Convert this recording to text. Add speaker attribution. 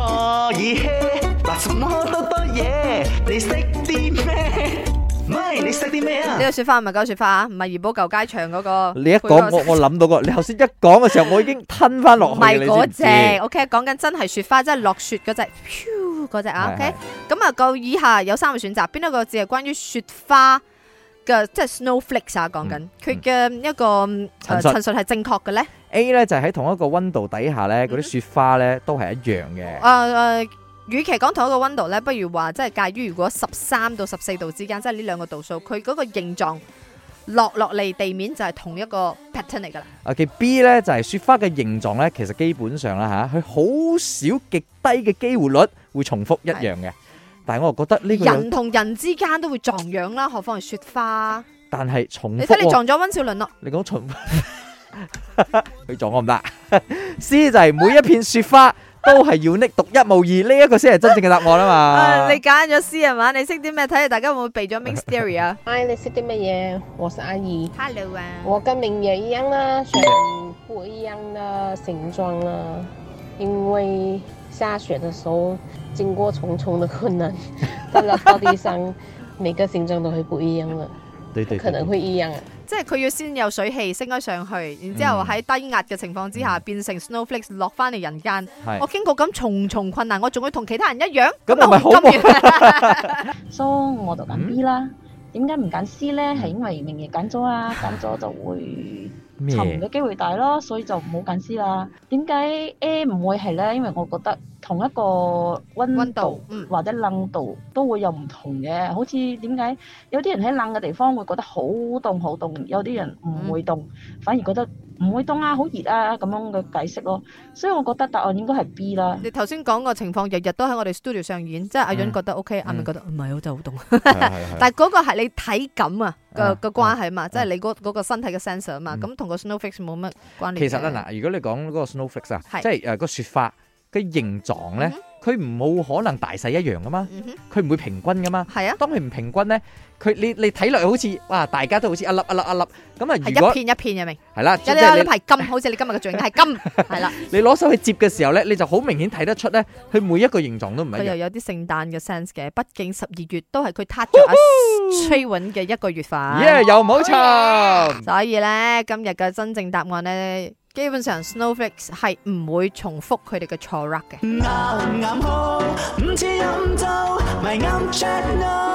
Speaker 1: 可以吃，嗱什麼多多嘢，你識啲咩？咪你識啲咩啊
Speaker 2: 呢？個雪花唔係狗雪花啊，唔係怡寶舊街場嗰個。
Speaker 3: 你一講我我諗到個，你頭先一講嘅時候，我已經吞翻落
Speaker 2: 唔
Speaker 3: 去嘅
Speaker 2: 係
Speaker 3: 你
Speaker 2: 嗰
Speaker 3: 知唔知
Speaker 2: 只，OK，講緊真係雪花，即係落雪嗰只，飄嗰只啊
Speaker 3: 係
Speaker 2: ，OK。咁啊，夠以下有三個選擇，邊一個字係關於雪花嘅，即係 snowflakes 啊？講緊佢嘅一個誒
Speaker 3: 嗯陳述
Speaker 2: 陳述係正確嘅咧？
Speaker 3: A 咧就係喺同一個温度底下咧，嗰啲雪花咧都係一樣嘅。
Speaker 2: 誒誒，呃與其講同一個温度咧，不如話即係介於如果十三到十四度之間，即係呢兩個度數，佢嗰個形狀落落嚟地面就係同一個 pattern 嚟㗎啦。
Speaker 3: 啊，其 B 咧就係雪花嘅形狀咧，其實基本上啦嚇，佢好少極低嘅機會率會重複一樣嘅。但係我又覺得呢個有，
Speaker 2: 人同人之間都會撞樣啦，何況係雪花？
Speaker 3: 但係重
Speaker 2: 你
Speaker 3: 複
Speaker 2: 睇你
Speaker 3: 喎
Speaker 2: 撞咗温兆倫咯。
Speaker 3: 你講重， 佢撞我唔得。C 就係每一片雪花都係要 unique 獨一無二，呢一個先係真正嘅答案啊
Speaker 2: 啊，
Speaker 3: 嘛
Speaker 2: 你。揀咗 C 係嘛？你識啲咩？睇下大家會唔會避咗 Ming Theory 啊
Speaker 4: 嗨，你识啲乜嘢？我是阿姨，
Speaker 2: ？Hello 啊
Speaker 4: 我跟明也一样啦，选不一样的形状啦，因为下雪的时候经过重重的困难，到了到地上，每个形状都会不一样了，
Speaker 3: 對對，
Speaker 4: 可能會一樣啊。
Speaker 2: 即係佢要先有水氣升
Speaker 3: 嗯
Speaker 2: 咗上去，然之後喺低壓嘅情況之下變成 snowflakes 落翻嚟人間。
Speaker 3: 係
Speaker 2: 我經過咁重重困難，我仲要同其他人一樣，
Speaker 3: 咁
Speaker 2: 都
Speaker 3: 咪好
Speaker 2: 好
Speaker 3: 啊
Speaker 2: 金 元
Speaker 5: So 我就揀 B 啦。點解唔揀 C 咧？係因為明爺揀咗啊，揀咗就會沉
Speaker 3: 咩？
Speaker 5: 嘅機會大咯，所以就唔好揀 C 啦。點解 A 唔會係咧？因為我覺得同一個温
Speaker 2: 温度
Speaker 5: 度。，
Speaker 2: 嗯，
Speaker 5: 或者冷度都會有唔同嘅，好似點解有啲人喺冷嘅地方會覺得好凍好凍，有啲人唔會凍，反而覺得唔會凍啊，好熱啊咁樣嘅解釋咯。所以我覺得答案應該係 B 啦。
Speaker 2: 你頭先講個情況，日日都喺我哋 studio 上演，即係阿潤
Speaker 3: 嗯
Speaker 2: 覺得 OK，阿明
Speaker 3: 嗯
Speaker 2: 覺得唔係，我真係好凍。
Speaker 3: 但
Speaker 2: 但係嗰個係你體感啊個
Speaker 3: 啊嗯
Speaker 2: 個關係嘛，即係你嗰嗰個身體嘅 sensor 啊嘛，咁同個 snowflakes 冇乜關聯嘅。
Speaker 3: 其實咧嗱，如果你講嗰個 snowflakes 啊，
Speaker 2: 係
Speaker 3: 即係誒個雪花嘅形狀咧，佢唔冇可能大細一樣噶嘛，
Speaker 2: 嗯哼，
Speaker 3: 佢唔會平均噶嘛。
Speaker 2: 係啊，
Speaker 3: 當佢唔平均咧，佢你你睇落去好似哇，大家都好似一粒一粒一粒咁啊。如
Speaker 2: 係一
Speaker 3: 果
Speaker 2: 片一片嘅明。
Speaker 3: 係啦，即
Speaker 2: 有啲有
Speaker 3: 係
Speaker 2: 啲係金，好似你今日嘅造型係 金，係啦，
Speaker 3: 你你攞手去接嘅時候咧，你就好明顯睇得出咧，佢每一個形狀都唔一
Speaker 2: 佢又
Speaker 3: 樣。
Speaker 2: 有啲聖誕嘅 sense 嘅，畢竟十二月都係佢撻著阿崔允嘅一個月份，
Speaker 3: 耶，又唔好沉。
Speaker 2: 所以咧今日嘅真正答案咧，基本上 snowflakes 係唔會重複佢哋嘅錯 r 嘅。
Speaker 1: 啱唔啱好？唔似飲酒，咪啱 check no。